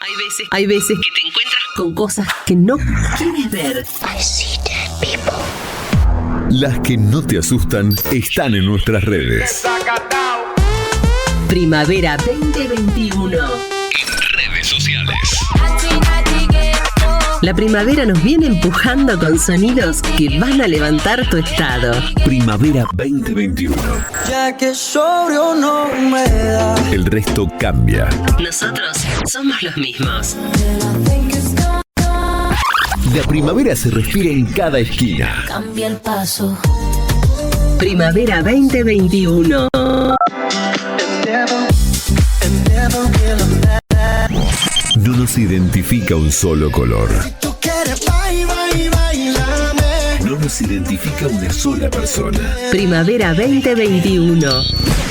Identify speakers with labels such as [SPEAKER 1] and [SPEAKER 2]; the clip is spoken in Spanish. [SPEAKER 1] Hay veces, hay veces que te encuentras con cosas que no quieres ver.
[SPEAKER 2] Las que no te asustan están en nuestras redes.
[SPEAKER 1] Primavera 2021.
[SPEAKER 2] Redes sociales.
[SPEAKER 1] La primavera nos viene empujando con sonidos que van a levantar tu estado.
[SPEAKER 2] Primavera 2021.
[SPEAKER 3] Ya que sobrio no me da.
[SPEAKER 2] El resto cambia.
[SPEAKER 1] Nosotros somos los mismos.
[SPEAKER 2] La primavera se respira en cada esquina.
[SPEAKER 4] Cambia el paso.
[SPEAKER 1] Primavera 2021.
[SPEAKER 2] No nos identifica un solo color.
[SPEAKER 3] Tú quieres baila y bailame.
[SPEAKER 2] No nos identifica una sola persona.
[SPEAKER 1] Primavera 2021.